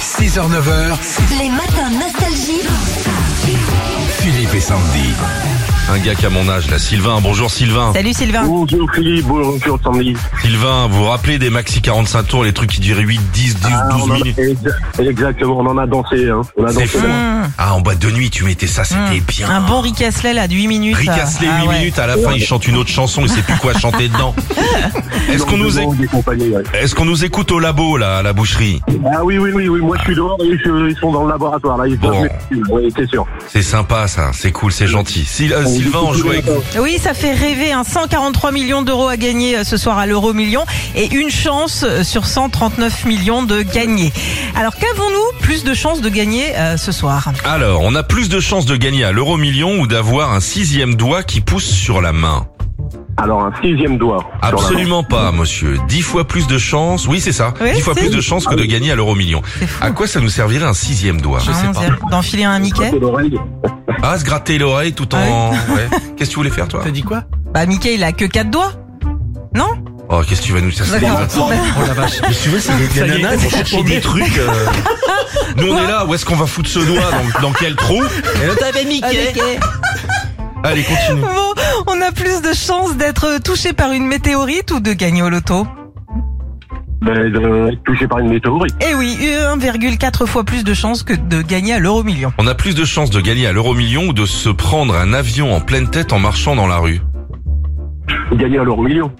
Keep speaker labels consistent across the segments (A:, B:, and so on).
A: 6h-9h,
B: Les matins nostalgiques.
A: Philippe et Sandy.
C: Un gars qui a mon âge là, Sylvain. Bonjour Sylvain.
D: Salut Sylvain.
E: Bonjour Philippe, bonjour Sandy.
C: Sylvain, vous vous rappelez des maxi 45 tours, les trucs qui duraient 8, 10, 12,
D: Ah.
C: 12 minutes
E: Exactement, on en a dansé. Hein. On a
C: C'est
E: dansé.
C: fou. Ah, en boîte de nuit, tu mettais ça, c'était
D: Mmh.
C: bien.
D: Un bon ricasselet là, de 8 minutes.
C: Ricasselet
D: Ah
C: 8
D: ouais.
C: minutes, à la fin, il chante une autre chanson, il sait plus quoi chanter dedans. Est-ce qu'on nous, é-
E: Longue compagnie, ouais.
C: est-ce qu'on nous écoute au labo, là, à la boucherie
E: Ah oui, oui, oui, oui, moi je suis dehors, et je- ils sont dans le laboratoire, là, ils
C: Bon.
E: sont oui, c'est sûr.
C: C'est sympa, ça. C'est cool, c'est gentil. Si- euh, Sylvain, on joue avec vous.
D: Oui, ça fait rêver. Hein. 143 millions d'euros à gagner euh, ce soir à l'euro million et une chance euh, sur 139 millions de gagner. Alors qu'avons-nous plus de chances de gagner euh, ce soir
C: Alors, on a plus de chances de gagner à l'euro million ou d'avoir un sixième doigt qui pousse sur la main
E: Alors, un sixième doigt. sur la main.
C: Absolument pas, monsieur. Dix fois plus de chances. Oui, c'est Ah ça.
D: Oui,
C: Dix fois
D: c'est-
C: plus de chances que de gagner à l'euro million.
D: C'est fou.
C: À quoi ça nous servirait un sixième doigt
D: Hein, on dirait D'enfiler un Mickey
E: C'est l'oreille.
C: Ah, se gratter l'oreille tout en. Ouais. Qu'est-ce que tu voulais faire, toi
A: T'as dit quoi
D: Bah Mickey, il a que quatre doigts. Non
C: Oh, qu'est-ce que tu vas nous ça, c'est des-
D: D'accord.
A: Oh la vache.
C: Mais tu vois, c'est des,
A: Ça y est,
C: nanas qui vont chercher des trucs. euh. Nous, on est là. Où est-ce qu'on va foutre ce doigt dans, dans quel trou
D: Ah, Mickey.
C: Allez, continue.
D: Bon, on a plus de chances d'être euh, touché par une météorite ou de gagner au loto
E: Ben, de être touché par une météorite.
D: Eh oui, 1,4 fois plus de chances que de gagner à l'euro million.
C: On a plus de chances de gagner à l'euro million ou de se prendre un avion en pleine tête en marchant dans la rue.
E: Gagner à l'euro million.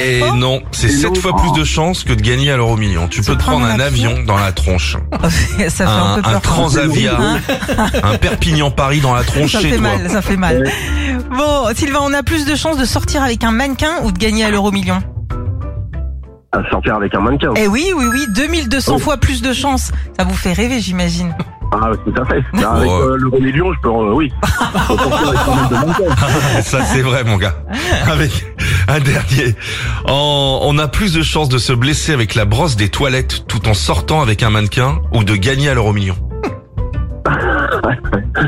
C: Et Eh non, c'est sept fois plus de chances que de gagner à l'euro million. Tu peux te prendre un avion dans la tronche.
D: Ça fait un,
C: un, un
D: peu peur. quand même.
C: Transavia,
D: Hein
C: un Perpignan Paris dans la tronche
D: ça
C: chez
D: fait
C: toi.
D: mal, ça fait mal. Bon, Sylvain, on a plus de chances de sortir avec un mannequin ou de gagner à l'euro million
E: À sortir avec un mannequin.
D: Eh oui, oui, oui, 2200
E: Oh.
D: fois plus de chances. Ça vous fait rêver, j'imagine.
E: Ah, tout à fait. Là, avec
C: Ouais.
E: euh, l'euro million, je peux, euh, oui. Faut sortir avec pas mal de mannequins.
C: Ça c'est vrai mon gars. Avec un dernier. En- on a plus de chances de se blesser avec la brosse des toilettes tout en sortant avec un mannequin ou de gagner à l'euro million.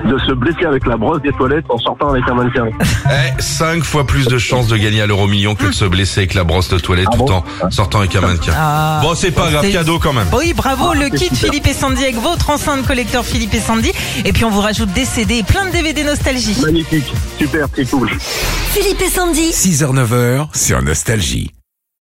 E: De se blesser avec la brosse des toilettes en sortant avec un mannequin.
C: Eh, cinq fois plus de chances de gagner à l'euro million que de se blesser avec la brosse de toilette
E: Ah
C: tout
E: bon
C: en sortant avec un mannequin.
D: Ah.
C: Bon c'est pas grave,
D: C'est-
C: cadeau quand même.
D: Oui, bravo, le kit Philippe et Sandy avec votre enceinte collecteur Philippe et Sandy. Et puis on vous rajoute des CD et plein de DVD nostalgie.
E: Magnifique. Super, c'est cool.
B: Philippe et Sandy.
A: 6h-9h sur Nostalgie.